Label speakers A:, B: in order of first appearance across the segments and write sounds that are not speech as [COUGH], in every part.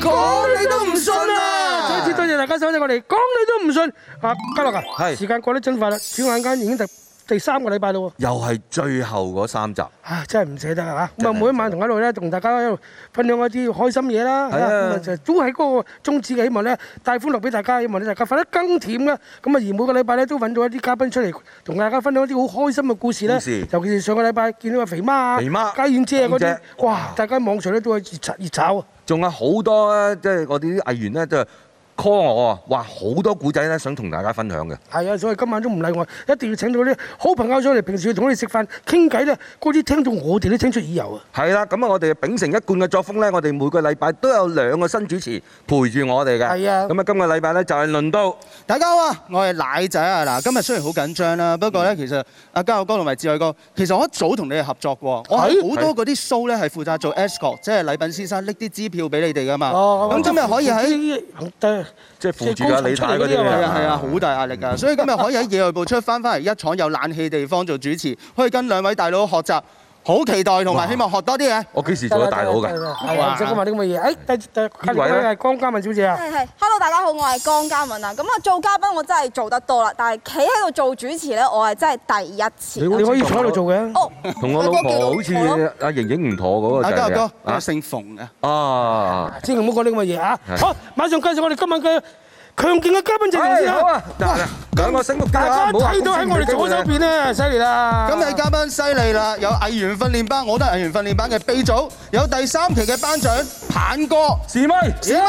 A: 講你都唔信啊！
B: 再次多謝大家收聽我哋，講你都唔信啊！嘉樂啊，
A: 係
B: 時間過得真快啦，轉眼間已經第第三個禮拜啦喎。
A: 又係最後嗰三集，
B: 啊！真係唔捨得啊！咁
A: 真
B: 啊，
A: 係
B: 每一晚同一路咧，同大家一路分享一啲開心嘢啦。
A: 係啊
B: 咁啊，就都係嗰個宗旨嘅，希望咧帶歡樂俾大家，希望咧大家瞓得更甜啦。咁啊，而每個禮拜咧都揾到一啲嘉賓出嚟，同大家分享一啲好開心嘅故事咧
A: 故事。
B: 尤其是上個禮拜見到阿肥媽啊、
A: 肥媽
B: 家燕姐啊嗰
A: 家燕
B: 啲，
A: 姐
B: 哇！大家網上咧都係熱炒熱炒啊！
A: 仲有好多咧，即係我哋啲藝員咧，就 call 我啊，哇，好多古仔咧想同大家分享嘅。
B: 係啊，所以今晚都唔例外，一定要請到啲好朋友上嚟，平時要同我哋食飯傾偈咧，嗰啲聽到我哋都聽出耳油啊！
A: 係啦，咁啊，我哋秉承一貫嘅作風咧，我哋每個禮拜都有兩個新主持陪住我哋嘅。
B: 係啊
A: 咁啊，今個禮拜咧就係輪到
C: 大家好啊，我係奶仔啊！嗱，今日雖然好緊張啦，不過
A: 嗯
C: 咧，其實阿嘉佑哥同埋志偉哥，其實我一早同你哋合作過，我喺好多嗰啲 show 咧係負責做 escort，即係禮品先生拎啲支票俾你哋噶嘛。
A: 哦
C: 哦咁今日可以喺
B: 喺
A: 即係扶住阿李
B: 高層
A: 太嗰啲
B: 出嚟嗰啲啊
C: 係
B: 嘛
C: 啊係
A: 啊。
C: 啊，好大壓
A: [LAUGHS]
C: 力㗎，所以今日可以喺野外部出翻翻嚟一廠有冷氣地方做主持，可以跟兩位大佬學習，好期待同埋希望學多啲嘢。
A: 我幾時做咗大佬㗎？
B: 係啊，唔使講埋啲咁嘅嘢。誒，第第
A: 呢位咧
B: 係江嘉敏小姐啊，
D: 係係，Hello 大家好，我係江嘉敏啊。咁啊，做嘉賓我真係做得多啦，但係企喺度做主持咧，我係真係第一次。
B: 你可以坐喺度做嘅。
D: 哦，
A: 同我老婆好似
D: 我記錄
A: 阿瑩瑩唔妥嗰個
C: 阿
A: 就
C: 嘉
A: 係
C: 佑
A: 啊
C: 哥，我姓馮嘅。
A: 啊，
B: 先唔好講啲咁嘅嘢啊。
A: 係
B: 好，馬上介紹我哋今晚嘅強勁嘅嘉賓陣容
A: 係
B: 先
A: 好
B: 啊。
A: 啊，嗱兩個醒目啲
B: 大
A: 啊，
B: 家睇到喺我哋左手邊咧，犀利啦！
C: 今日嘉賓犀利啦，有藝員訓練班，我都係藝員訓練班嘅 B 組，有第三期嘅頒獎棒哥，
A: 示威，
C: 史威，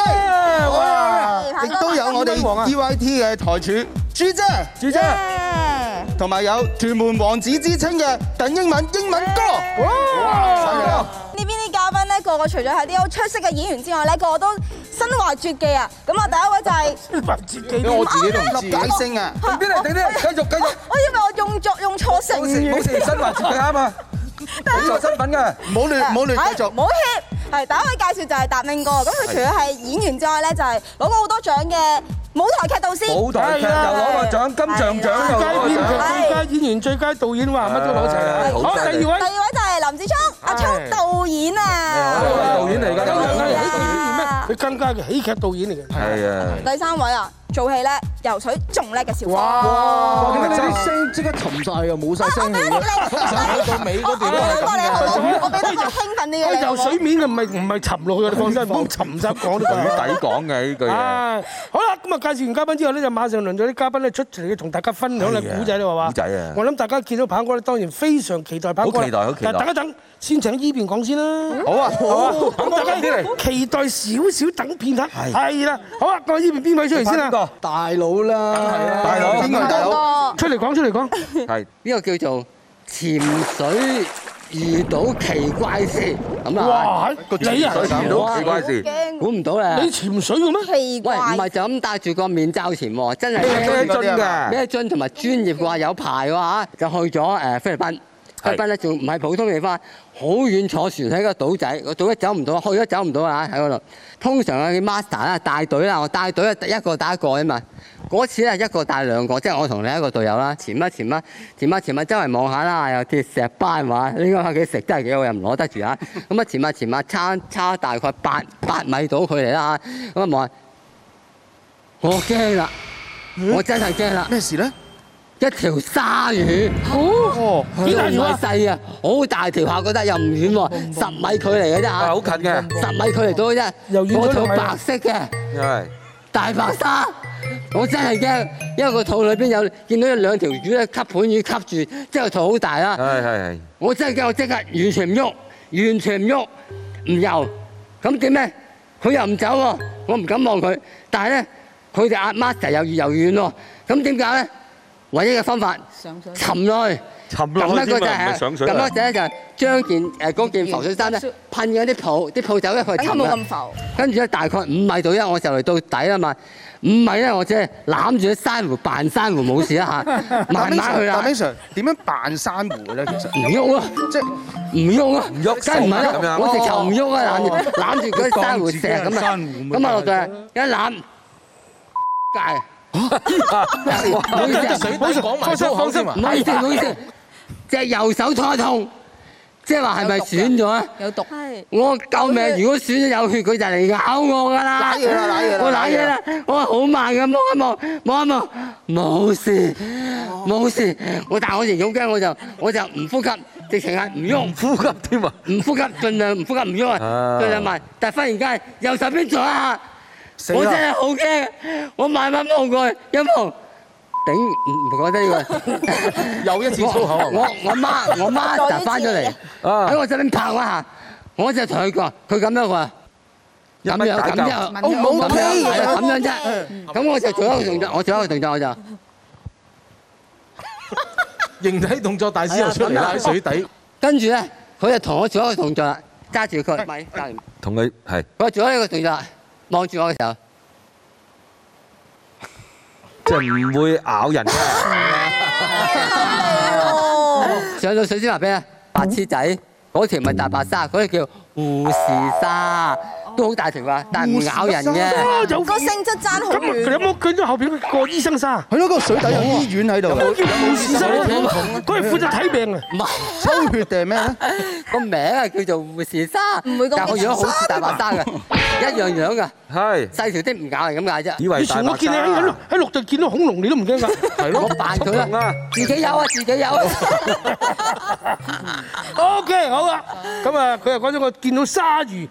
C: 哇
D: 耶棒
C: 亦
D: 哥
C: 都有我哋 E
B: 棒哥王啊
C: EYT 嘅台柱朱姐，
B: 主姐，
D: 耶
C: 同埋有屯門王子之稱嘅鄧英文英文哥，犀利
B: 哇！
C: 啦！
D: 呢邊啲嘉賓咧，個個除咗係啲好出色嘅演員之外咧，個個都身懷絕技啊！咁啊，第一位就係、
B: 自己
C: 我自己都唔知解星啊！
A: 定啲嚟，定啲嚟，繼續繼續，
D: [LAUGHS] 我以為我用作用錯成
A: 冇事冇
D: 語。
A: 事，身懷絕技啱啊，冇錯身份㗎，
C: 唔好亂，
D: Dạ.
C: 唔好亂，繼
D: 係
C: 續
D: 唔。好 hit。係第一位介紹就係達明哥，咁佢除咗係演員之外咧，就係攞過好多獎嘅舞台劇導師。
A: 舞台劇又攞個獎，
C: 啊
A: 金像獎啊又
B: 啊最佳編劇、最
A: 攞個獎。
B: 佳演員、最佳導演，哇！乜都攞齊啦。好，第二
D: 第
B: 位
D: 二位就係林子聰，阿聰導演啊。
A: 導演嚟㗎，
B: 有兩
D: 係
B: 喜劇
D: 啊
B: 演員咩？佢更加嘅喜劇導演嚟嘅。
A: 係啊。
D: 第三位啊，做戲咧游水仲叻嘅小花。
E: 哇！
A: 咁
E: 咁
A: 你
E: 你
A: 啲
E: 啲聲即刻沉晒㗎，冇晒
D: 我
E: 聲
D: 俾
E: 氣
D: 得過
E: 嘅。
D: 你，
E: 到尾嗰段都
D: 我俾得
E: 係
D: 過你好冇？我俾得過興奮啲嘅
B: 我
D: 你好
B: 游
D: 冇。
B: 水面嘅唔係唔係沉落去嘅，你
A: [LAUGHS]
B: 放心，唔好沉濕講都
A: 佢
B: 得。
A: 抵講嘅呢句嘢，
B: 唉，好啦，咁啊介紹完嘉賓之後咧，就馬上輪到啲嘉賓咧出嚟要同大家分享啦
A: 係啊
B: 古仔啦，係嘛？
A: 古仔啊
B: 我諗大家見到棒哥咧，當然非常期待棒哥啦。
A: 好期待好期
B: 但
A: 待
B: 係等一等，先請依邊講先啦。
A: 好啊，好啊，
B: 咁大家期待少少，等片刻。
A: 係
B: 係啦，好啊，咁依邊邊位出嚟先
A: 邊
B: 啊？
A: 個？
E: 大佬啦，
A: 大佬
C: 邊個係大佬？
D: 哦
B: 出嚟講，出嚟講。
A: 係
F: 呢個叫做潛水遇到奇怪事咁啊！
B: 哇！你啊，
A: 所以遇到奇怪
D: 好
A: 事，
D: 驚
F: 估唔到咧
B: 你，潛水嘅咩？
D: 奇
F: 喂，
D: 怪。
F: 唔係就咁戴住個面罩潛喎，真
A: 咩
F: 係
A: 樽㗎？
F: 咩樽同埋專業嘅話有牌嘅話，就去咗誒菲律賓。菲律賓咧仲唔係普通地方，好遠坐船喺個島仔，個島一走唔到，去都走唔到啊！喺嗰度，通常有啲 master 啦、帶隊啦，我帶隊啊一個帶一個啊嘛。嗰次咧一個帶兩個，即係我同另一個隊友啦，潛啊潛啊潛啊潛啊，周圍望下啦，有啲石斑話，呢個佢食真係幾好，又唔攞得住啊！咁啊潛啊潛啊，差差大概八八米到距離啦，咁啊望下，我驚啦，我真係驚啦！
C: 咩事咧？
F: 一條鯊魚，
C: 哦，
F: 佢
B: 幾大條
F: 唔
B: 啊
F: 係細啊，好大條下，覺得又唔遠喎，十米距離嘅啫
A: 係好
F: 嚇，
A: 近嘅，
F: 十米距離到啫。
B: 又遠咗
F: 嗰條
B: 兩米
F: 白色嘅
A: 因為
F: 大白鯊，我真係驚，因為個肚裏邊有見到有兩條魚咧吸盤魚吸住，即係個肚好大啦。
A: 係係
F: 我真係驚，我即刻完全唔喐，完全唔喐，唔游。咁點咧？佢又唔走喎，我唔敢望佢。但係咧，佢哋阿 master 又越游遠喎。咁點解咧？唯一嘅方法，沉落去。
A: 沉
F: 咁
A: 落
F: 咧
A: 去添
F: 嗰
A: 啊，唔係
F: 隻
A: 上
F: 係，
A: 水
F: 咁
A: 啊
F: 嗰！隻咧就將件誒嗰件浮水衫咧噴咗啲泡，啲泡走咧佢
D: 嗯等佢
F: 沉
D: 冇
F: 啦
D: 咁。浮。
F: 跟住咧大概五米度，因為我就嚟到底啦嘛。五米咧我只係攬住啲珊瑚扮珊瑚冇事啦嚇，慢慢去啦
C: 大，明 Sir，點樣扮珊瑚咧？其實
F: 唔喐啦。
C: 即係
F: 唔喐啊！
A: 唔喐
F: 梗係唔係
A: 手咁樣
F: 啦，我直頭唔喐啊，攬住攬住嗰啲珊瑚石咁啊，咁啊落到嚟一攬，界，唔好意思啊，
E: 水底講埋粗口先嘛
F: 唔好意思，唔好意思，隻右手拖痛，即係話係咪選咗啊？
G: 有毒。
D: 係
F: 我救命！如果選咗有血，佢就嚟咬我㗎啦！
C: 攋嘢啦攋嘢啦
F: 我攋嘢啦！我好慢咁望一望，望一望，冇事，冇事。我但係我仍然好驚，我就我就唔呼吸，直情係唔喐，
A: 呼吸添啊！
F: 唔呼吸，盡量唔呼吸，唔喐啊，
A: 啊
F: 盡量慢。但係忽然間右手邊左一下，
C: 死
F: 我
C: 啦
F: 真係好驚，我慢慢望過去，一望。頂唔唔覺得
A: [LAUGHS]
F: 呢個
A: 又一次粗口啊
F: 我我我媽我媽就翻咗嚟，
A: 啊
F: 喺我身邊拍我一下，我就同佢講，佢咁樣佢話
A: 一
F: 咁
A: 蚊
F: 樣
A: 大
F: 咁
A: 嚿
F: 樣
G: 問佢 O 唔 OK？
F: 係啦咁樣啫
G: 嗯。
F: 咁我就做一個動作，我做一個動作我就
H: 形體動作大師
I: 啊
H: 又出嚟啦，喺水底。
F: 跟住咧，佢就同我做一個動作啦，揸住佢咪揸住，
A: 同佢係
F: 佢做一個動作啦，望住我嘅時候，
A: 即係唔會咬人嘅。
F: 上到水先話俾你聽白痴仔，嗰條唔係大白鯊，嗰條叫護士鯊，都好大條啊，但係唔咬人嘅。
B: 啊有
D: 個性質爭好
B: 咁啊佢有
D: 遠。
B: 冇見咗後邊個醫生沙？
C: 係咯，個水底有醫院喺度
B: 有
C: 㗎，
B: 冇叫護士生啊？佢係負責睇病啊！
F: 唔係
C: 抽血定係咩咧？
F: [LAUGHS] 個名啊叫做護士鯊，
D: 唔會咁
F: 但係個樣好似大白鯊嘅，一樣樣嘅，
A: 係
F: 細條啲唔咬人咁解啫。
A: 以為
B: 以
A: 大
B: 前
A: 白
B: 我見你喺喺陸
A: 鯊
B: 喺陸地見到恐龍，你都唔驚㗎。
A: 係咯
F: 我扮佢
B: 아,
A: 同啊
F: 啦，自己有啊，自己有啊。
B: O、k 好啦，咁啊，佢又講咗個見到鯊魚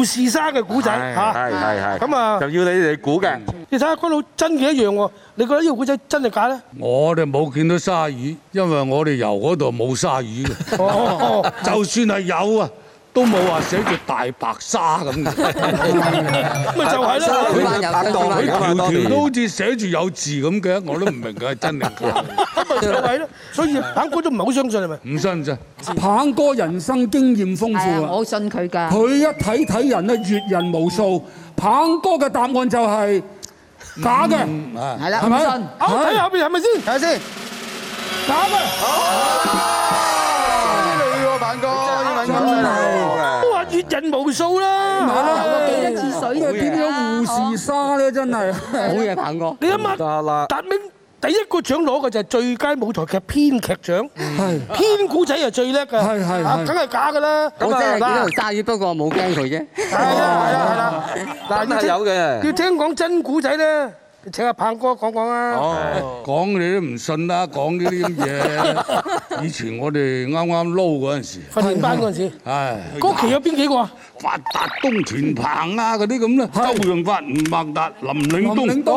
B: 護士鯊嘅古仔
A: 係
B: 嚇，
A: 係係係
B: 咁啊
A: 就要你哋估嘅。
B: 你睇下軍佬真嘅一樣喎，你覺得呢個古仔真定假咧？
J: 我哋冇見到鯊魚，因為我哋遊嗰度冇鯊魚嘅。
B: 哦，
J: 就算係有啊，都冇話寫住大白鯊咁嘅。
B: 咁咪就係
F: 鯊
B: 啦
F: 魚。
J: 佢條
A: 當
J: 條
A: 年
J: 都好似寫住有字咁嘅，我都唔明佢係真定假。
B: 咁咪就係咯，所以鵬哥都唔係好相信係咪？
J: 唔信唔信？
K: 棒哥人生經驗豐
G: 係啊，我
K: 富啊！
G: 好信佢㗎。
K: 佢一睇睇人咧，閱人無數。棒哥嘅答案就係
G: Ừ.
K: 假嘅，
G: 係啦，
K: 係
G: 唔
K: 咪？
G: 信。
B: 好，睇下後邊係咪先？
C: 睇下先。
B: 假嘅，
C: 你喎，板哥，英文咁犀利。
B: 都話閱人無數啦。
G: 有過幾多次水
K: 呢個點樣護士沙咧？真係
F: 好嘢，棒哥。
B: 你諗下，
A: 得啦，
B: 達明第一個獎攞嘅就係最佳舞台劇編劇獎，
K: 係
B: 編古仔係最叻㗎，
K: 係係係
B: 啊梗係假㗎啦。
F: 我真係見
B: 嗱
F: 到條鯊魚，不過我冇驚佢啫。
B: 係啦係
A: [LAUGHS]
B: 啦係啦，
A: 真
B: 要
A: 係
B: 聽
A: 啊有嘅。
B: 要聽講真古仔咧，你請阿棒哥講講啊。
J: 講你都唔信啦，講呢啲咁嘢。以前我哋啱啱撈嗰陣時，
B: 訓練班嗰陣時，
J: 唉，
B: 嗰期有邊幾個啊？
J: 發達東田鵬啊嗰啲咁咧，周潤發、吳孟達、林嶺東、
K: 林嶺
B: 東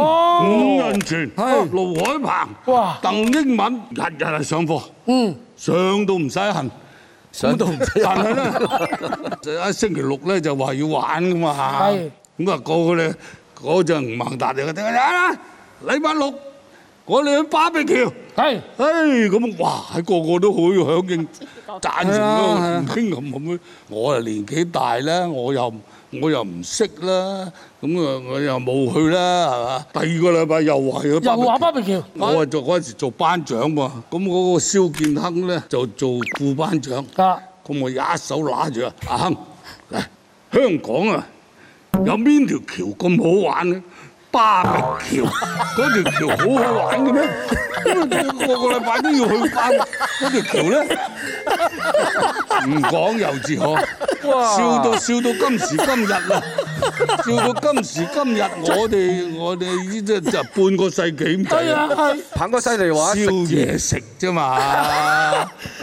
J: 伍潤泉、
K: 係
J: 盧海
B: 哇
J: 鵬、鄧英敏，日日係上課，
B: 嗯，
J: 上到唔使痕。
A: 上到唔知
J: 但係咧，一星期六咧就話要玩噶嘛，
B: 係
J: 咁啊個個咧嗰陣吳孟達就覺得啊，禮拜六我哋去巴比橋。
B: 係
J: 唉，咁哇，係個個都好響應，贊成咯，唔興咁咁。我啊年紀大啦，我又我又唔識啦，咁啊我又冇去啦，係嘛？第二個禮拜又話去
B: 又話巴比橋，
J: 我啊做嗰陣時做班長喎，咁嗰個蕭建亨咧就做副班長，
B: 啊
J: 咁我一手揦住啊，阿亨，嗱香港啊有邊條橋咁好玩咧？巴比橋嗰條橋好好玩嘅咩？咁啊個個禮拜都要去翻嗰條橋咧，唔講又自可，笑到笑到今時今日啦！笑到今時今日，我哋我哋呢即就半個世紀咁滯
B: 係
J: 啦
B: 啊，係。
A: 棒哥犀利話，食
J: 燒嘢食啫嘛。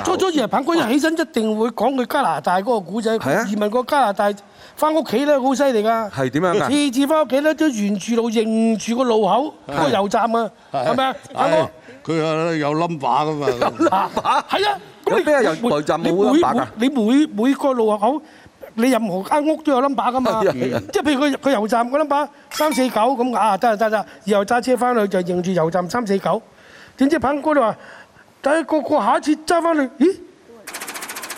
B: 初初以為鵬哥一起身一定會講佢加拿大嗰個古仔
A: 係啊，
B: 移民過加拿大，翻屋企咧好犀利㗎。
A: 係點樣啊㗎
B: 次次翻屋企咧都沿住路認住個路口嗰個油站啊，係咪啊？鵬哥
J: 唉，佢有有 number 噶嘛。
B: 啊，係啊，咁你
A: 有邊個有
B: 每
A: 內站冇
B: 你
A: number 㗎
B: 每每你每每個路口，你任何間屋都有 number 㗎嘛？
A: 係啊
B: 即係譬如佢佢油站個 number 三四九咁啊，得啦得啦，以後揸車翻去就認住油站三四九。點知鵬哥就話：，但係個個下一次揸翻去，咦？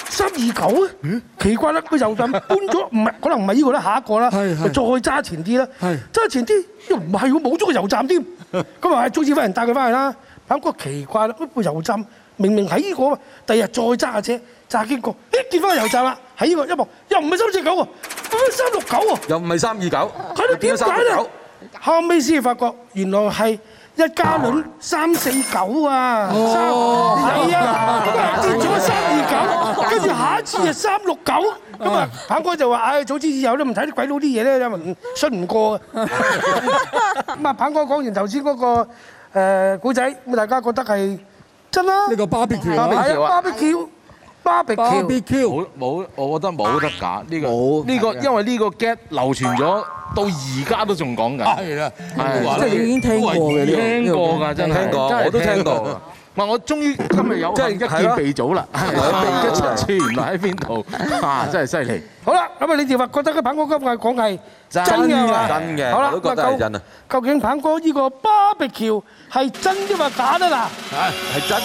B: 三二九啊，
K: 嗯
B: 奇怪啦，個油站搬咗，唔係可能唔係呢個啦，下一個啦，
K: 係係
B: 咪再揸前啲啦
K: 係，
B: 揸前啲又唔係喎，冇咗個油站
K: [LAUGHS]
B: 添，咁啊，中指翻人帶佢翻去啦，咁個奇怪啦，個油站明明喺呢個啊，第日再揸下車揸經過，咦見翻個油站啦，喺呢個一望又唔係三四九喎，三六九喎。
A: 又唔係三二九，
B: 佢哋點解咧？後尾先發覺原來係一加輪三四九啊，三係啊，咁啊跌咗三二九，跟住下一次就三六九，咁啊鵬哥就話：唉，早知以後都唔睇啲鬼佬啲嘢咧，因為唔信唔過啊。咁啊，鵬哥講完頭先嗰個誒古仔，咁大家覺得係真啦。呢個
K: 芭比
B: 係啊，芭比橋，芭比橋。
H: 冇冇，我覺得冇得
I: 啊
H: 假呢個呢個，因為呢個 get 流傳咗到而家都仲講緊。
I: 係啦即係已經聽過嘅呢個
H: 聽過㗎，真係
I: 聽過
H: 真係
I: 我都聽過
H: [LAUGHS] 㗎唔係，我終於今日有幸一
I: 即係係啊
H: 見
I: 咯
H: 鼻祖啦，一出處原來喺邊度啊！真係犀利。
B: 好啦，咁啊，你哋話覺得佢鵬哥今日講係真嘅係嘛
A: 真嘅
B: 好啦，
A: 我都覺得係真啊
B: 究究竟鵬哥呢個芭比橋係真嘅話假得嗱？
A: 係真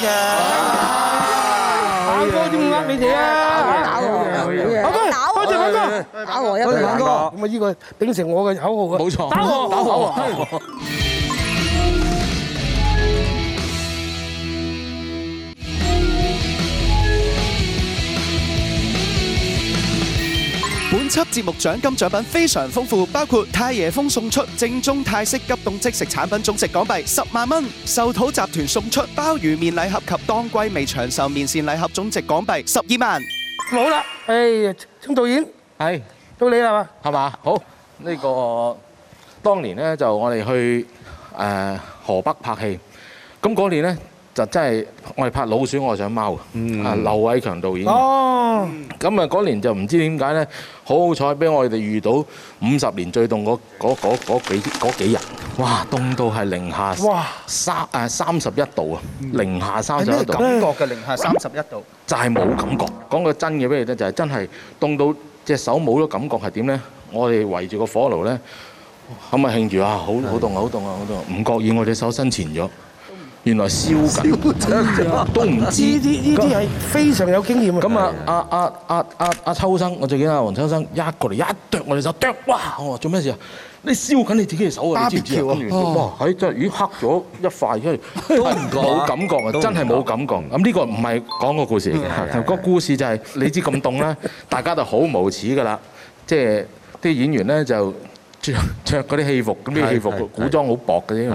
A: 嘅。
B: 鵬哥點呃你哋啊？好嘅，多謝鵬哥，
G: 打我一
B: 多謝鵬
G: 棒
B: 哥。咁啊，呢個秉承我嘅口號啊，冇
H: 錯
B: 打我，
H: 打我
B: 係
C: 本輯節目獎金獎品非常豐富，包括太爺風送出正宗泰式急凍即食產品總值港幣十萬蚊，壽桃集團送出鮑魚麵禮盒及當歸味長壽麵線禮盒總值港幣十二萬。
B: 冇啦，誒，鍾導演
H: 係
B: 到你啦嘛。
H: 係嘛？好呢、個當年咧就我哋去誒、呃河北拍戲，咁嗰年咧就真係我哋拍《老鼠愛上貓》嘅，啊劉偉強導演。
B: 哦，
H: 咁啊嗰年就唔知點解咧，好好彩俾我哋遇到五十年最凍嗰嗰嗰嗰幾嗰幾日，哇凍到係零下
C: 哇
H: 三誒三十一度啊，零下三十一度。
C: 嘅零下三十一
B: [LAUGHS]
C: 度？
H: 就係冇感覺。講個真嘅俾你聽，就係真係凍到隻手冇咗感覺係點呢？我哋圍住個火爐呢，咁啊興住啊，好好凍啊，好凍啊，好凍啊！唔覺意我哋手伸前咗，原來燒緊，都唔知。
B: 呢啲呢啲係非常有經驗啊。
H: 咁啊，阿阿阿阿阿秋生，我最記得阿黃秋生一過嚟一啄我哋手，啄哇！我話做咩事啊？你燒緊你自己嘅手啊！你知唔知啊？
I: 哦
H: 哇！喺真係咦黑咗一塊出嚟，都
I: 唔覺啊
H: 冇感覺啊！嗯
I: 都唔
H: 真係冇感覺。咁呢個唔係講個故事嚟嘅，係啊個故事就係你知咁凍 [LAUGHS] 啦，大家就好無恥㗎啦，即係啲演員咧就着着嗰啲戲服，咁呢個戲服
I: 係係
H: 古裝好薄嘅啫。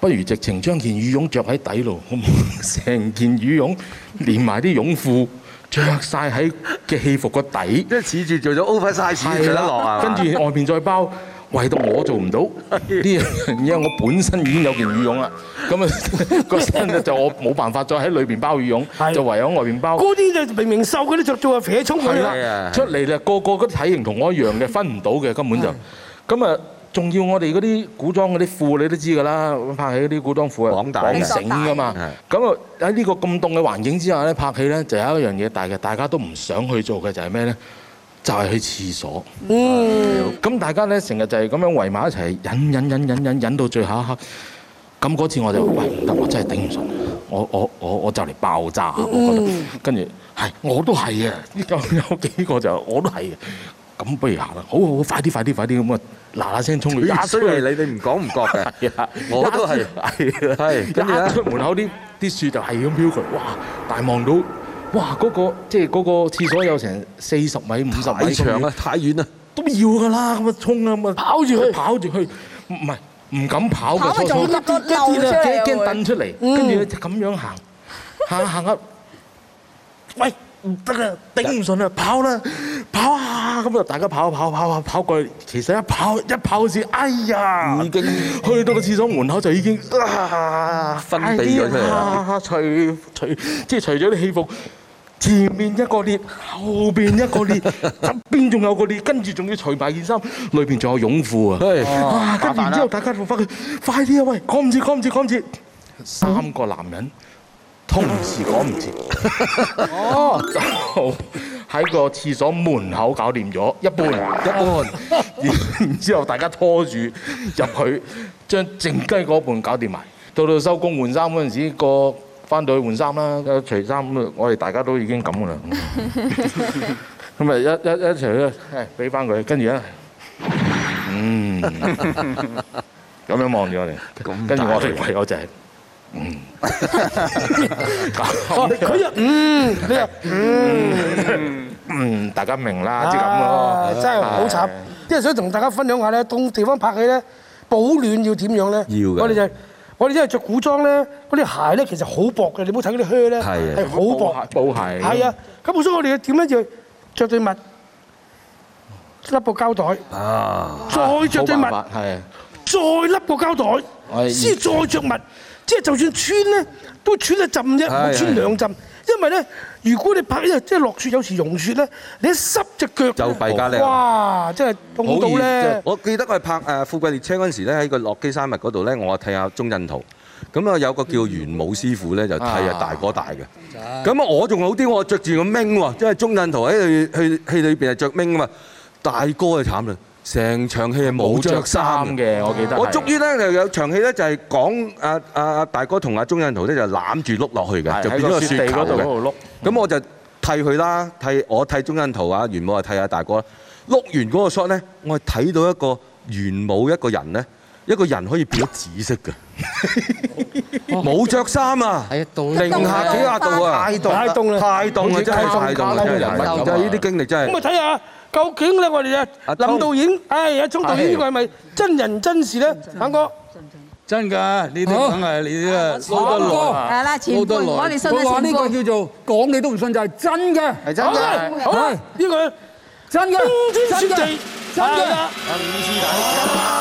H: 不如直情將件羽絨着喺底度， [LAUGHS] 好唔好？成件羽絨連埋啲絨褲着晒喺嘅戲服個底，
A: 即係似住做咗 oversize 住得落啊。
H: 跟住外面再包。唯獨我做唔到呢樣嘢，我本身已經有件羽絨啦，咁啊 [LAUGHS] 個身咧就我冇辦法再喺裏邊包羽絨，就唯有外邊包。
B: 嗰啲就明明瘦嗰啲着做啊，扯衝佢
H: 哦係啊
B: 啦。
H: 啦，出嚟啦，個個都體型同我一樣嘅，分唔到嘅根本就。咁啊，仲要我哋嗰啲古裝嗰啲褲，你都知㗎啦，拍戲嗰啲古裝褲啊，綁
A: 帶
H: 綁繩㗎嘛。咁啊喺呢個咁凍嘅環境之下咧，拍戲咧就有一樣嘢大嘅，大家都唔想去做嘅就係咩咧？就係去廁所。
B: 嗯。
H: 咁大家咧成日就係咁樣圍埋一齊忍忍忍忍忍忍到最後一刻。咁嗰次我就喂唔得，我真係頂唔順，我我我我就嚟爆炸，我覺得
I: 嗯
H: 跟住係我都係啊，呢個有幾個就我都係嘅。咁不如行啦，好好好快啲快啲快啲咁啊！嗱嗱聲衝去，
A: 咦
H: 一
A: 雖然你哋唔講唔覺嘅，
B: [LAUGHS]
A: 我都係
H: 係
A: 係跟住咧
H: 一出門口啲啲樹就係咁飄佢，哇！但係望到哇嗰個即係嗰個廁所有成四十米五十米
A: 太長啦，
H: 太遠啦，都要㗎啦，咁啊衝啊咁啊，
J: [LAUGHS]
H: 跑住去跑住去，唔係唔敢跑
I: 跑
H: 嘅，
I: 咪仲得個
H: 驚
I: 漏出嚟
H: 驚
I: 會嗯
H: 驚蹬出嚟，跟住就咁樣行行行啊！喂，唔得啦，頂唔順啦，跑啦，跑啊！咁啊，大家跑跑跑跑跑過去，其實一跑一跑先，哎呀，已經去到個廁所門口就已經啊，
A: 分泌咗出嚟啦
H: 啊除除即係除咗啲戲服。前面一個裂，後邊一個裂，側邊仲有個裂，跟住仲要除埋件衫，裏邊仲有絨褲
I: 係
H: 啊！啊，跟住
I: 麻煩啦
H: 然之後大家就翻去，快啲啊！喂，趕唔切，趕唔切，趕唔切！三個男人同時趕唔切。 [LAUGHS] 哦，喺個廁所門口搞掂咗一半，一半，然之後大家拖住入去，將剩雞嗰半搞掂埋。到到收工換衫嗰陣時，個翻到去換衫啦，除衫咁啊，我哋大家都已經咁噶啦。 [LAUGHS] 咁啊，一一一除咗，係俾翻佢，跟住咧，嗯， [LAUGHS] 咁樣望住我哋，跟住我哋唯有就係、嗯，
B: 佢又嗯，你又
H: 嗯，嗯，大家明啦，即係咁
B: 啊
H: 咯，
B: 真係好慘。即係想同大家分享下咧，凍地方拍戲咧，保暖要點樣咧？
H: 要嘅
B: 我哋就我哋因為着古裝咧，嗰啲鞋咧其實好薄嘅，你冇睇嗰啲靴咧
H: 係啊
B: 係好薄，
H: 布鞋布鞋
B: 係啊，咁所以我哋點咧就着對襪，笠個膠袋，
H: 啊，
B: 再着對襪
H: 冇辦法係
B: 再笠個膠
H: 哎
B: 袋，先再着襪，即係就算穿咧都穿一浸啫，唔好
H: 係
B: 穿
H: 係
B: 兩浸，因為咧。如果你拍，因為即係落雪，有時融雪咧，你一濕只腳
A: 就弊家靚
B: 哇！真係
A: 好
B: 痛到咧，
A: 我記得我係拍誒《富貴列車》嗰陣時咧，喺個落基山脈嗰度咧，我睇下鐘鎮濤。咁啊，有個叫袁武師傅咧，就剃啊大哥大嘅。咁啊，我仲好啲，我着住個明喎，因為鐘鎮濤喺佢戲戲裏邊係着明啊嘛。大哥就慘啦，成場戲係冇着衫
H: 嘅，我記得係
A: 我終於咧就有場戲咧，就係講阿阿阿大哥同阿鐘鎮濤咧就攬住碌落去嘅，
H: 係
A: 就變咗個雪
H: 喺
A: 球
H: 個雪地嗰度
A: 嘅
H: 碌。
A: 咁我就替佢啦，替我替鐘欣圖啊，袁武啊替阿大哥啦。碌完嗰個 shot 咧，我係睇到一個袁武一個人咧，一個人可以變咗紫
B: [LAUGHS]
A: 色嘅，冇着衫啊，零下幾廿度啊，
B: 太凍啦太凍啦
A: 太凍啊，真係太凍啦，真
B: 太凍
A: 係
B: 啦
A: 就係呢啲經歷真
B: 咁啊
A: 係。
B: 睇下究竟咧，我哋啊
A: 阿聰
B: 林導演，唉，阿聰導演呢個係咪真人真事咧？鵬哥，
L: 真㗎，
J: 啊
L: 呢啲
K: 好
L: 梗係你呢啲撈
K: 好
L: 得耐啊，
K: 係啦
B: 前
L: 撈得
B: 輩
L: 耐
B: 我哋信啊
K: 佢話呢
B: 前
K: 個
B: 輩
K: 叫做講你都唔信就係真嘅，啊係
B: 好啦，好啦，呢個
K: 真
B: 冰
K: 嘅
B: 天雪
K: 真嘅
B: 地，
K: 真嘅
B: 係啊啦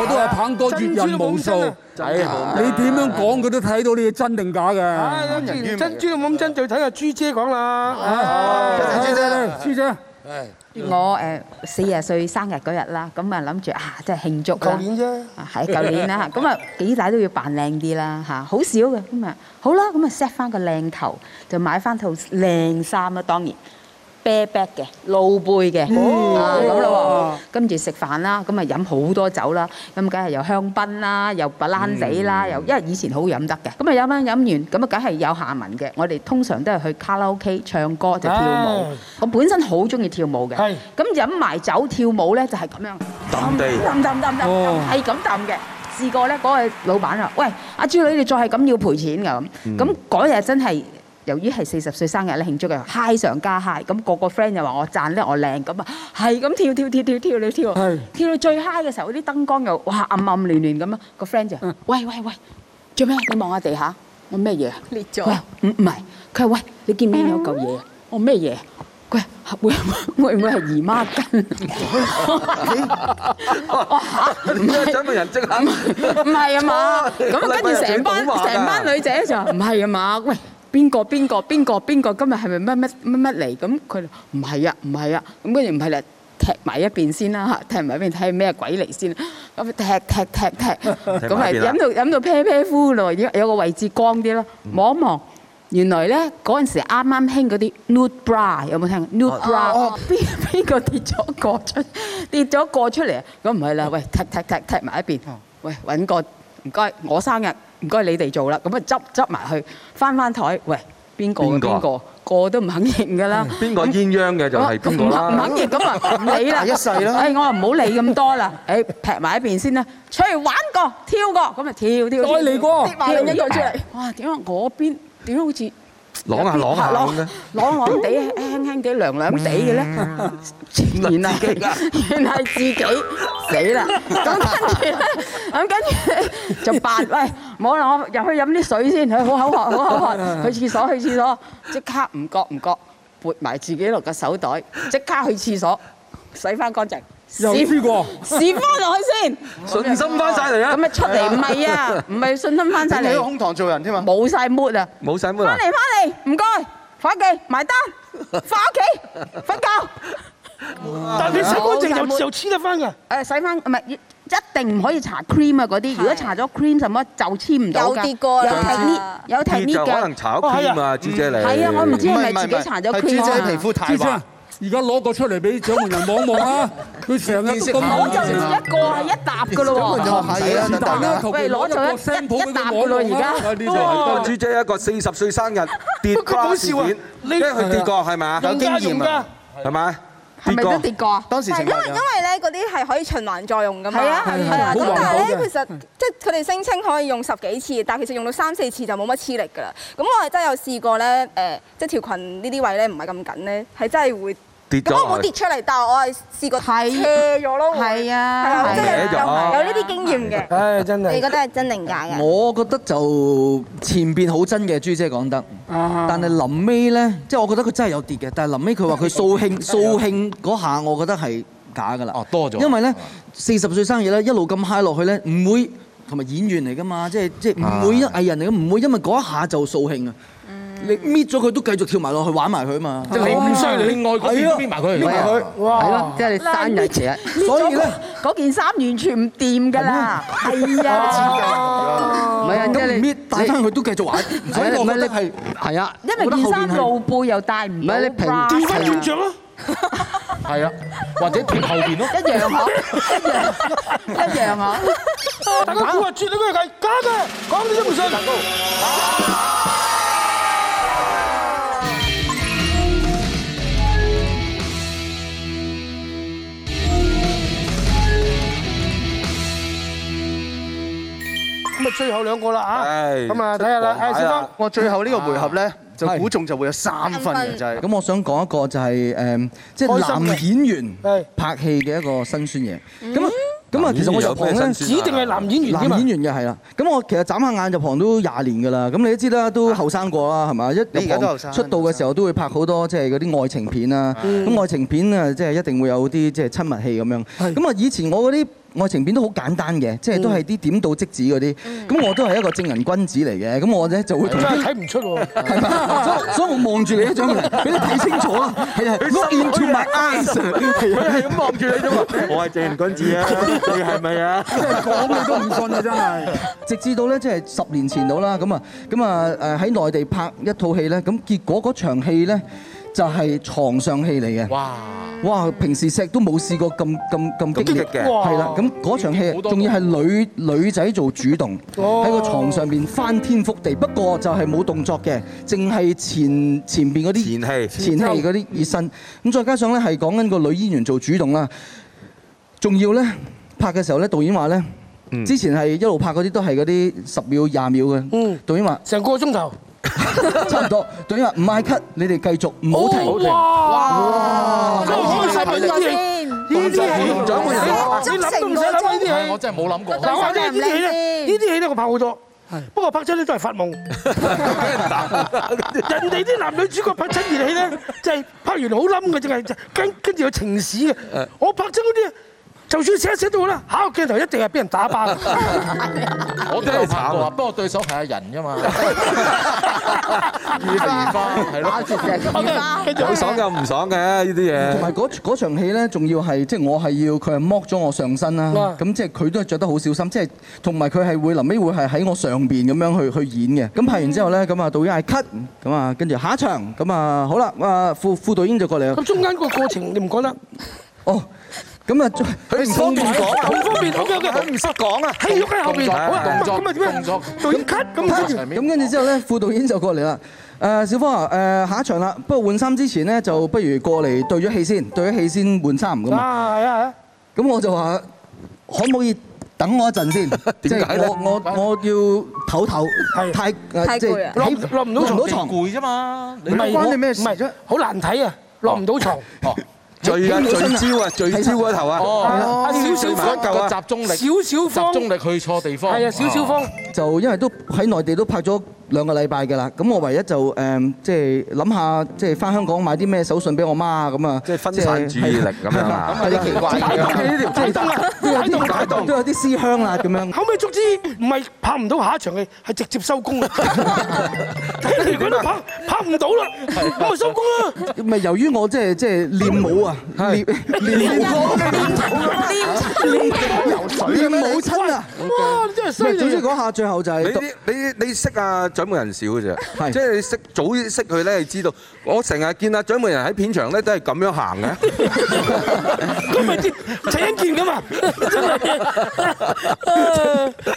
K: 我都話棒哥閱人無數，
B: 啊
K: 你點樣講佢都睇到你嘅真定假
B: 啊
K: 嘅。
B: 珍珠都冇咁真，就睇阿朱姐講啦。啊
K: 嚟嚟嚟朱姐。
G: 我誒四十歲生日嗰日啦，咁啊諗住啊，即係慶祝啦。
B: 舊年啫
D: À,
G: 啊係舊年
D: [LAUGHS]
G: 啦，咁啊幾大都要扮靚啲啦嚇，好少嘅咁啊，好啦，咁啊 set 翻個靚頭，就買翻套靚衫啦，當然。啤啤嘅露背嘅，
D: 嗯
G: 啊咁
D: 哇
G: 咯喎，跟住食飯啦，咁啊飲好多酒啦，咁梗係又香檳啦，又白蘭地啦，又因為以前好飲得嘅，咁啊飲翻飲完，咁啊梗係有下文嘅，我哋通常都係去卡拉 OK 唱歌就跳舞
D: 唉，
G: 我本身好中意跳舞嘅
D: 係，
G: 咁飲埋酒跳舞咧就係咁樣。
A: 抌地
G: 揼揼揼
A: 哦
G: 揼，係咁揼嘅。試過咧，嗰個老闆啊，喂，阿朱女，你再係咁要賠錢㗎咁。
D: 嗯
G: 咁嗰日真係。由於係四十歲生日咧慶祝嘅嗨上加嗨，咁個個 friend 又話我讚咧我靚，咁啊係咁跳跳跳跳跳你跳，跳到最嗨嘅時候，啲燈光又哇暗暗亂亂咁啊，個 friend 就喂喂喂，做咩？你望下地下，我咩嘢啊？裂咗。唔唔係，佢話喂，你見唔見有嚿嘢啊？我咩嘢啊？ [LAUGHS] 佢話會會唔會係姨媽巾？我嚇唔
A: 點
G: 係
A: 解真係人即刻？
G: 唔
A: 唔
G: 係啊嘛， [LAUGHS] 咁
B: 哦
G: 啊跟住成班成班女仔就話唔係啊嘛，喂邊個邊個邊個邊個今日係咪乜乜乜乜嚟？咁佢就唔係啊唔係啊，咁跟住唔係啦。踢埋一邊先啦嚇，踢埋一邊睇係咩鬼嚟先，咁踢踢踢
D: [LAUGHS]
G: 踢，咁
D: 埋
G: 咪
D: 一邊啦
G: 飲到飲到啤啤呼咯，有有個位置光啲咯，望一望，原來咧嗰陣時啱啱興嗰啲 nude bra 有冇聽過？nude bra 邊 [LAUGHS] 邊個跌咗個出跌咗個出嚟啊？咁唔係啦，喂踢踢踢踢埋一邊，喂揾個唔該我生日唔該你哋做啦，咁啊執執埋去翻翻台，喂邊個嘅
A: 邊個
G: 邊個個都唔肯認
A: [LAUGHS]
G: 㗎啦。
A: 邊個鴛鴦嘅就係邊個啦？
G: [LAUGHS] 唔肯認咁啊，唔理啦，
A: [LAUGHS] 大一世啦
G: 誒，我話唔好理咁多啦， [LAUGHS] 誒，劈埋一邊先啦，出去玩過，跳過，咁啊跳跳，
K: 再嚟過
G: 跌埋另一個
A: [LAUGHS]
G: 出嚟，哇！點解我邊點解好似
A: 啷下啷下咁嘅。
G: 朗朗地、輕輕地、涼涼地嘅咧？ [LAUGHS] 原來 [LAUGHS] 原來係自己死啦！咁跟住咧，咁跟住就扮喂，冇啦，我入去飲啲水先，佢好口渴，好口渴，去廁所，去廁所，即刻唔覺唔覺撥埋自己落個手袋，即刻去廁所洗翻乾淨。
K: 又試過
G: 試翻落去先，
A: 信心返晒嚟啊
G: 咁咪出
C: Dạ.
G: 嚟唔係
C: [LAUGHS]
G: 啊，唔係信心翻晒
C: 你
G: 嚟，
C: 喺胸膛做人添啊！
G: 冇晒 mood 啊！
A: 冇使乜
C: à?
G: 翻
A: 啊
G: 嚟！翻嚟，唔該，伙記埋單，翻屋企瞓覺。
B: 但你洗乾淨又又黐得翻㗎。
G: 誒洗翻唔係一定唔可以搽 cream 啊嗰啲，如果搽咗 cream 什麼就黐唔到㗎。
D: 有跌過啦
G: 有 technique 有 technique
A: 就
G: 㗎。
A: 可能炒
B: 嗯
A: cream 啊，朱姐你。
G: 哦係啊，我唔知係咪自己搽咗 cream 啊。
K: 朱姐而家攞個出嚟俾掌門人望一望啊！佢成日都咁
G: 攞就一個係一沓㗎咯喎。
K: 是但啦，求其
G: 喂，攞
K: 攞
G: 就
K: 咗
G: 一
K: 個 sample 俾
G: 一沓
K: 佢
G: 㗎咯，
K: 攞
G: 而家。
A: 哇！朱姐一個四十歲生日跌瓜事件，因為佢跌過係咪啊？係咪？
D: 係咪都跌過啊？
A: 當時
D: 係
A: 情
D: 因
A: 況
D: 為因為咧嗰啲係可以循環作用噶嘛。
G: 係啊係啊
D: 係啊。
G: 係啊
D: 咁但係咧，
G: 好環
D: 其實即係佢哋聲稱可以用十幾次，但係其實用到三四次就冇乜黐力㗎啦。咁我係真係有試過咧，誒，即係條裙呢啲位咧唔係咁緊咧，係真係會
A: 跌咗
D: 咁我
A: 落
D: 冇
A: 去
D: 跌。出嚟，但係我係試過斜咗咯，係啊，係啊，即係
A: 係啊
D: 有有呢啲經驗嘅。
B: 唉，真
D: 你覺得係真定假嘅？
E: 我覺得就前邊好真嘅，朱姐講得，但係臨尾咧，即係我覺得佢真係有跌嘅，但係臨尾佢話佢掃興掃興嗰下，我覺得係假㗎啦。哦，多
L: 咗
E: 因為咧，四十歲生日咧，一路咁 high 落去咧，唔會同埋演員嚟㗎嘛，即係即係
H: 啊
E: 唔會一藝人嚟嘅，唔會因為嗰一下就掃興啊。你搣咗佢都繼續跳埋落去玩埋佢啊嘛，
H: 即係你唔需要你愛嗰邊
E: 係啊
H: 都搣埋佢
E: 搣埋佢，
G: 哇
F: 係咯即係你生日前
G: 搣咗
E: 所以咧
G: 嗰嗰件衫完全唔掂㗎啦，
C: 哦
G: 係啊，
F: 唔係啊，即係你
E: 搣帶翻佢都繼續玩，所以我覺得係
F: 係啊，
G: 因為件衫露背又戴唔到
F: 唔係你平
G: bra
F: 調返轉着
G: [LAUGHS]
B: 咯，
H: 係啊，或者貼後邊咯，
G: 一樣嗬，一樣一樣嗬。
B: 大家估下絕對係假嘅，講你都唔信。咁啊，最後兩個啦啊，咁啊睇下啦，誒，小方，
C: 我最後呢個回合咧，就
E: 係
C: 估中就會有三分嘅，真係。
E: 咁我想講一個就係誒，即係男演員拍戲嘅一個辛酸嘢。
C: 嗯
E: 咁啊，咁啊，其實我入行咧，
B: 指定係男演員添啊
E: 男演員嘅係啦。咁我其實眨下眼入行都廿年㗎啦。咁你都知啦，都後生過啦，係嘛？一
C: 啊你而家
E: 入
C: 都後
E: 行
C: 生啊
E: 出道嘅時候都會拍好多即係嗰啲愛情片啊。
C: 嗯
E: 咁愛情片啊，即係一定會有啲即係親密戲咁樣。咁啊，以前我嗰啲。愛情片都好簡單嘅，即係都係啲點到即止嗰啲。咁我都係一個正人君子嚟嘅，咁我咧就會同
B: 真
E: 啲
B: 係睇唔出喎，
E: 所以所以我望住你一張嚟，俾你睇清楚啦。係啊，look into my eyes。
A: 佢係咁望住你啫嘛。我係正人君子啊，你係咪啊？
E: 講你都唔信啊！真係。直至到咧，即係十年前到啦，咁啊，咁啊，誒喺內地拍一套戲咧，咁結果嗰場戲咧就係床上戲嚟嘅。哇！哇！平時錫都冇試過咁咁咁激烈
A: 咁激烈嘅
E: 係啦。咁嗰場戲仲要係女女仔做主動，
A: 哦
E: 喺個床上邊翻天覆地。不過就係冇動作嘅，淨係前前邊嗰啲前戲前戲嗰啲熱身。咁再加上咧係講緊個女演員做主動啦。仲要咧拍嘅時候咧，導演話咧，之前係一路拍嗰啲都係嗰啲十秒廿秒嘅。導演話
B: 成個鐘頭，
E: [LAUGHS] 差唔多。導演話唔嗌 cut，你哋繼續，唔好停。
D: 哦
B: 哇！真係開心啊呢啲
D: 戲，
B: 呢啲戲，你諗都唔使諗呢啲戲。
H: 我真係冇諗過。
B: 嗱，我話呢啲戲咧，呢啲戲咧我拍好多。不過拍親咧都係發夢，人哋啲男女主角拍親熱戲咧，就係拍完好冧嘅，淨係跟跟住有情史嘅。我拍親嗰啲，就算寫一寫都好啦，下一個鏡頭一定係俾人打巴。
H: 我都有拍過啊，不過對手係阿人
A: [LAUGHS]
H: 㗎嘛。
A: 如花
H: 係咯，
A: 有爽有唔爽嘅呢啲嘢。
E: 同埋嗰嗰場戲咧，仲要係即係我係要佢係剝咗我上身啦
A: 哇，
E: 咁即係佢都係着得好小心，即係同埋佢係會臨尾會係喺我上邊咁樣去去演嘅。咁拍完之後咧，咁啊導演係 cut，咁啊跟住下一場，咁啊好啦，啊副副導演就過嚟啦
B: 咁。中間個過程你唔講得？
E: 哦，咁啊，佢
B: 唔方便講啊唔方便，OK，OK，佢唔
A: 識講啊
B: 喺喐喺後邊，好啦，
E: 動作
B: 咁啊點啊？導演 cut 咁跟住。
E: 咁跟住之後咧，副導演就過嚟啦。誒、小芳啊，誒、下一場啦，不過換衫之前咧，就不如過嚟對咗戲先，對咗戲先換衫咁啊。
B: 啊，係啊，係啊。
E: 咁我就話可唔可以等我一陣
B: [LAUGHS]
E: 先？即
B: 點解
E: 係
B: 咧
E: 我我我要唞唞，太
B: 太
E: 即
B: 攰
E: 係
B: 啊落唔到床
E: 落唔到床。
H: 攰啫嘛，
B: 唔係
H: 關
B: 我
H: 你咩事
B: 唔係好難睇啊，落唔到床。
A: 聚啊聚焦啊聚焦嗰頭啊。
H: 哦，
B: 阿小小方
H: 個集中力，
B: 小小方
H: 集中力去錯地方。啊。
E: 就因為都喺內地都拍咗兩個禮拜㗎啦，咁我唯一就誒即係諗下，即係翻香港買啲咩手信俾我媽啊咁啊，即係
A: 分散注意力咁樣啊
E: 係啦
A: 咁有啲奇怪嘅
E: 呢條
B: 解凍啦，
E: 都有啲
B: 解凍
E: 都有啲思鄉啦咁樣。
B: 後尾總之唔係拍唔到下一場戲，係直接收工啦。睇嚟佢都拍拍唔到啦，我收工啦。
E: 咪由於我即係即係練武啊，練練 [LAUGHS] 練武親啊！
B: 哇！你真係犀
E: 咪總之
B: 利啊。
E: 嗰下最後就
A: 你
E: 係
A: 啲你你識啊掌門人少嘅啫，即係你識早識佢咧，你知道。我成日見啊掌門人喺片場咧都係咁樣行嘅。
B: 咁咪啲陳欣健咁啊！真係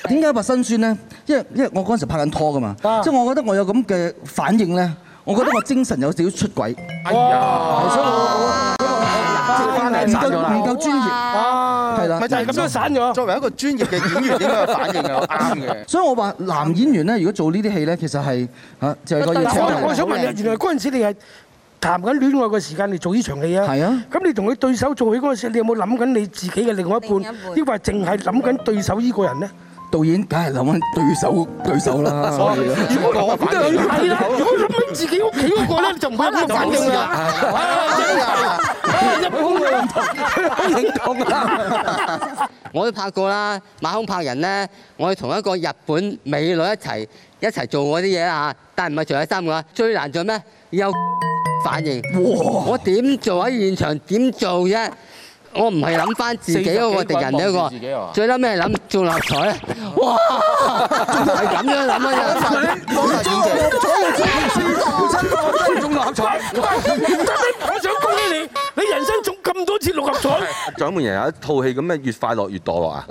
E: 點解話辛酸咧？因為因為我嗰陣時拍緊拖噶嘛，即係我覺得我有咁嘅反應咧，我覺得我精神有少少出軌，
H: 哎呀，
E: 所以我
A: 翻
E: 嚟散咗啦唔夠專業係啦
C: 咪就係咁樣
B: 散咗。
C: 作為一個專業嘅演員，應該有反應係啱嘅。
E: [LAUGHS] 所以我話啊男演員咧，如果做呢啲戲咧，其實係嚇就係個要
B: 但
E: 青
B: 我我想問你，原來嗰陣時你係談緊戀愛嘅時間嚟做呢場戲啊。係啊。咁你同佢對手做戲嗰陣時，你有冇諗緊你自己嘅另外一半，抑或淨係諗緊對手呢個人咧？
E: 導演梗係諗緊對手對手啦。
B: 所以如果
E: 我
B: 咁就係啦，如果諗緊自己屋企嗰個咧，就唔係咁反應啦。
F: 一般嘅唔同，認同啦。我都拍過啦，馬空拍人咧，我哋同一個日本美女一齊一齊做嗰啲嘢啦嚇，但係唔係除咗衫㗎，最難做咩？有 [LAUGHS] 反應。我點做喺現場點做啫？我唔係諗翻自己嗰個敵人嗰
H: 40幾個人望住自己
F: 個
H: 啊，
F: 最撚尾係諗中六合彩啊！哇，係咁樣諗啊！
B: 我想恭喜你，你人生中咁多次六合彩。
A: 掌門人有一套戲咁咩，越快樂越墮落 [LAUGHS] 啊！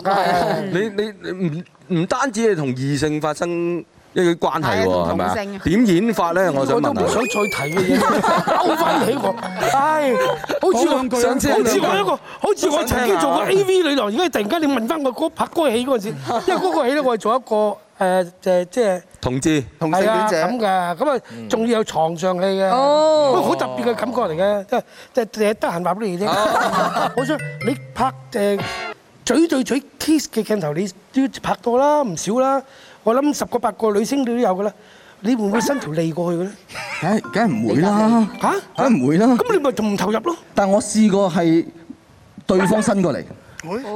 A: 你你你唔唔單止係同異性發生一啲關
B: 係
A: 係
B: 啊
A: 喎，係
B: 同
A: 咪啊
B: 同性啊？
A: 點演法咧？我想
B: 我都
A: 問
B: 唔想
A: 下。
B: 再提嘅嘢，勾翻起我。唉，好似
A: 講兩句
B: 我
A: 啊
B: 上次好似
A: 講兩句
B: 我一個，好似我曾經做過 A.V. 女郎，而家突然間你問翻我嗰拍嗰個戲嗰陣時，因為嗰個戲咧，我係做一個誒誒即係。
A: 同志，
B: 係啊咁嘅，咁啊仲要有床上戲嘅，
A: 哦
B: 不過好特別嘅感覺嚟嘅，即係即係即係得閒話俾你聽。 [LAUGHS] 我想你拍誒嘴對嘴 kiss 嘅鏡頭，你都拍到啦，唔少啦。我諗十個八個女星你都有㗎啦。你會唔會伸條脷過去嘅咧？
E: 梗係梗係唔會啦，
B: 嚇
E: 梗係唔會啦。
B: 咁你咪仲唔投入咯？
E: 但我試過係對方伸過嚟，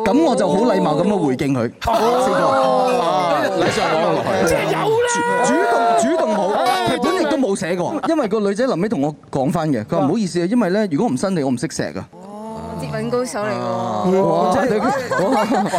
E: 咁我就好禮貌咁樣回敬佢。
B: 禮尚往來哦即係有啦，
E: 主動主動冇，劇本亦都冇寫過，因為個女仔臨尾同我講翻嘅，佢話唔好意思啊，因為咧如果唔伸你，我唔識錫啊噶。
M: 接吻高手嚟喎。
E: 啊哇！真係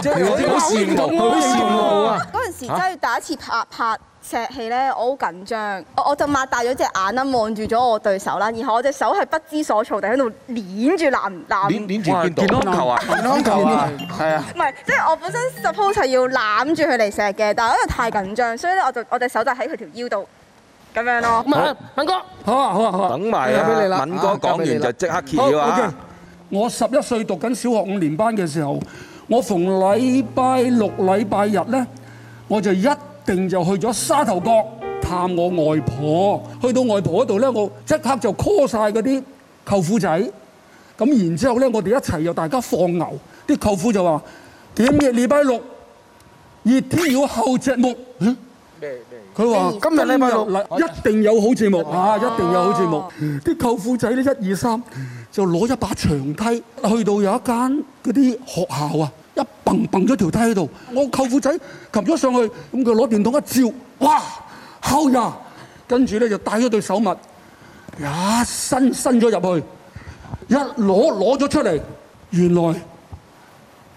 M: 即係
E: 你好羨慕，啊好羨慕啊！
D: 嗰陣時真係第一次拍拍石戲咧，我好緊張，我我就擘大咗隻眼啦，望住咗我對手啦，然後我隻手係不知所措地喺度攆住男男，
A: 健康球啊！
C: 健康球啊，係啊。
D: 唔係，即係我本身 suppose 係要攬住佢嚟錫嘅，但係因為太緊張，所以咧我就我隻手就喺佢條腰度咁樣咯。
B: 咁啊，敏哥，
K: 好啊好啊好啊，
A: 等埋
K: 交俾你
A: 啊，
K: 啦
A: 敏哥講完就即刻揭
K: 好
A: 曉啊
K: OK，！我十一歲讀緊小學五年班嘅時候，我逢禮拜六、禮拜日呢，我就一定就去咗沙頭角探我外婆。去到外婆嗰度呢，我即刻就 call 晒嗰啲舅父仔。咁然之後呢，我哋一齊又大家放牛。啲舅父就話：點嘅禮拜六熱天要後隻目。嗯佢話
B: 今日哦禮拜六
K: 一定有好節目啊！一定有好節目。啲舅父仔咧，一二三就攞一把長梯去到有一間嗰啲學校啊，一蹦蹦咗條梯喺度。我舅父仔擒咗上去，咁佢攞電筒一照，哇！好呀！跟住咧就戴咗對手襪，一伸伸咗入去，一攞攞咗出嚟，原來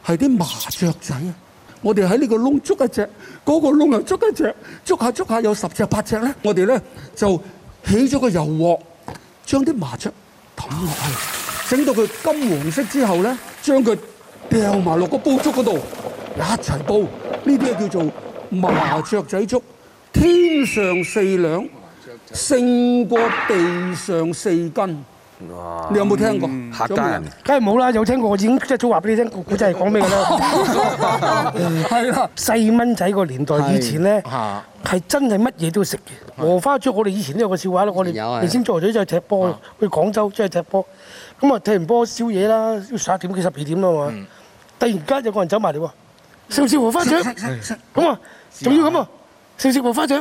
K: 係啲麻雀仔啊！我哋喺呢個窿捉一隻，嗰、個窿又捉一隻，捉下捉下有十隻八隻咧。我哋咧就起咗個油鑊，將啲麻雀抌落去，整到佢金黃色之後咧，將佢掉埋落個煲粥嗰度，一齊煲。呢啲叫做麻雀仔粥，天上四兩，勝過地上四斤。你有冇聽過？
A: 嗯客家人。
B: 梗係冇啦，有聽過，我已經一早話俾你聽，個古仔係講咩嘅啦。
K: 係啦，
B: 細蚊仔個年代以前咧，係真係乜嘢都食嘅。禾花粥，我哋以前都有個笑話啦，我哋你先做隊就係踢波，去廣州即係踢波。咁啊，踢完波宵夜啦，要十一點幾十二點啦嘛。突然間有個人走埋嚟喎，食唔食禾花
A: [LAUGHS]
B: 粥？咁啊，仲要咁啊，食唔食禾花粥？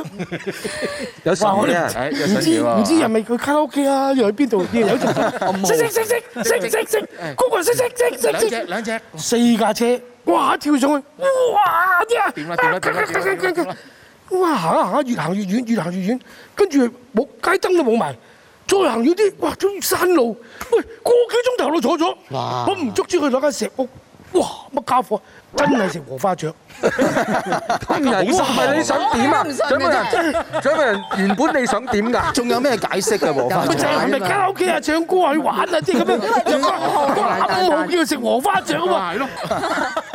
A: 有神
B: 哇！我
A: 嘅，
B: 哋唔知唔知係咪佢卡拉 OK 啊，又去邊度？又有條識識識識識識識，嗰個識識識識識，兩隻四架車，哇！跳上去，哇！啲啊，點啦點啦點啦點啦！哇！行啊行啊，越行越遠，越行越遠，跟住冇街燈都冇埋，再行遠啲，哇！終於山路，喂，個幾鐘頭都坐咗，
F: 哇
B: 我唔足之佢攞間石屋，哇！乜家伙，真係食禾花
A: [LAUGHS]
B: 雀。
A: 今日唔係你想點
C: à?
A: 啊？掌門人，掌門人，原本你想點㗎？
C: 仲有咩解釋㗎？黃花
B: 咪就係係咪卡拉 OK 啊、唱歌啊、去玩啊，即係咁樣。暗號叫食禾花雀啊嘛。係咯。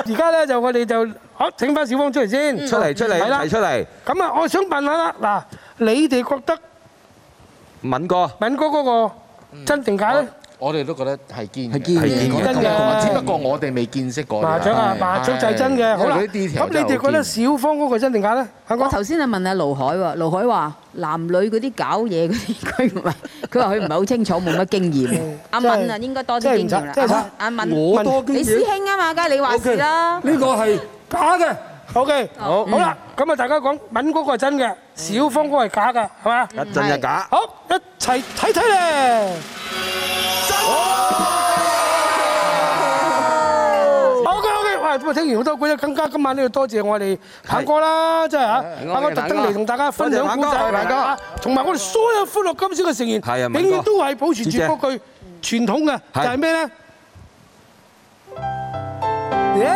B: 而家咧就我哋就好請翻小芳出嚟先。
A: 出嚟出嚟
B: 係啦
A: 一齊出嚟。
B: 咁啊，我想問下啦，嗱，你哋覺得
A: 敏哥，
B: 敏哥嗰個真定假咧？
H: 我哋都覺得係
B: 係
H: 堅
B: 堅嘅真嘅
H: 只不過我哋未見識過啫。
B: 麻雀啊，
H: 係
B: 麻雀就係真嘅。好啦，
H: 因為嗰啲 detail
B: 咁你
H: 真係
B: 哋
H: 好
B: 覺得
H: 堅
B: 小方嗰個真定假咧？
G: 我頭先係問阿盧海喎，盧海話男女嗰啲搞嘢嗰 [LAUGHS] 啲，佢唔係，佢話佢唔係好清楚，冇乜經驗。阿敏啊，應該多啲經驗
K: 真係唔
G: 啦
K: 差。
G: 阿敏，
K: 我多經驗
G: 你師兄啊嘛，梗係你話事啦。
K: 呢個係
B: 假嘅。OK，
G: 好
B: 好啦，咁啊，大家講敏嗰個係真嘅，小方嗰個係假嘅，係嘛？
A: 一真一假
B: 好，一齊睇睇咧。好嘅，好嘅，哇！咁啊，聽完好多古仔，更加今晚呢度多謝我哋鵬哥啦，真係嚇，
A: 哥
B: 鵬哥特登嚟同大家分享古仔，
A: 多謝鵬哥
B: 啊同埋我哋所有歡樂今宵嘅成員，
A: 係啊
B: 永
A: 明哥
B: 遠都係保持住
A: 知姐
B: 嗰句傳統嘅，就係咩咧？耶！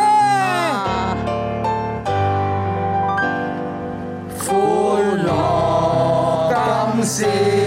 I: 歡樂今宵。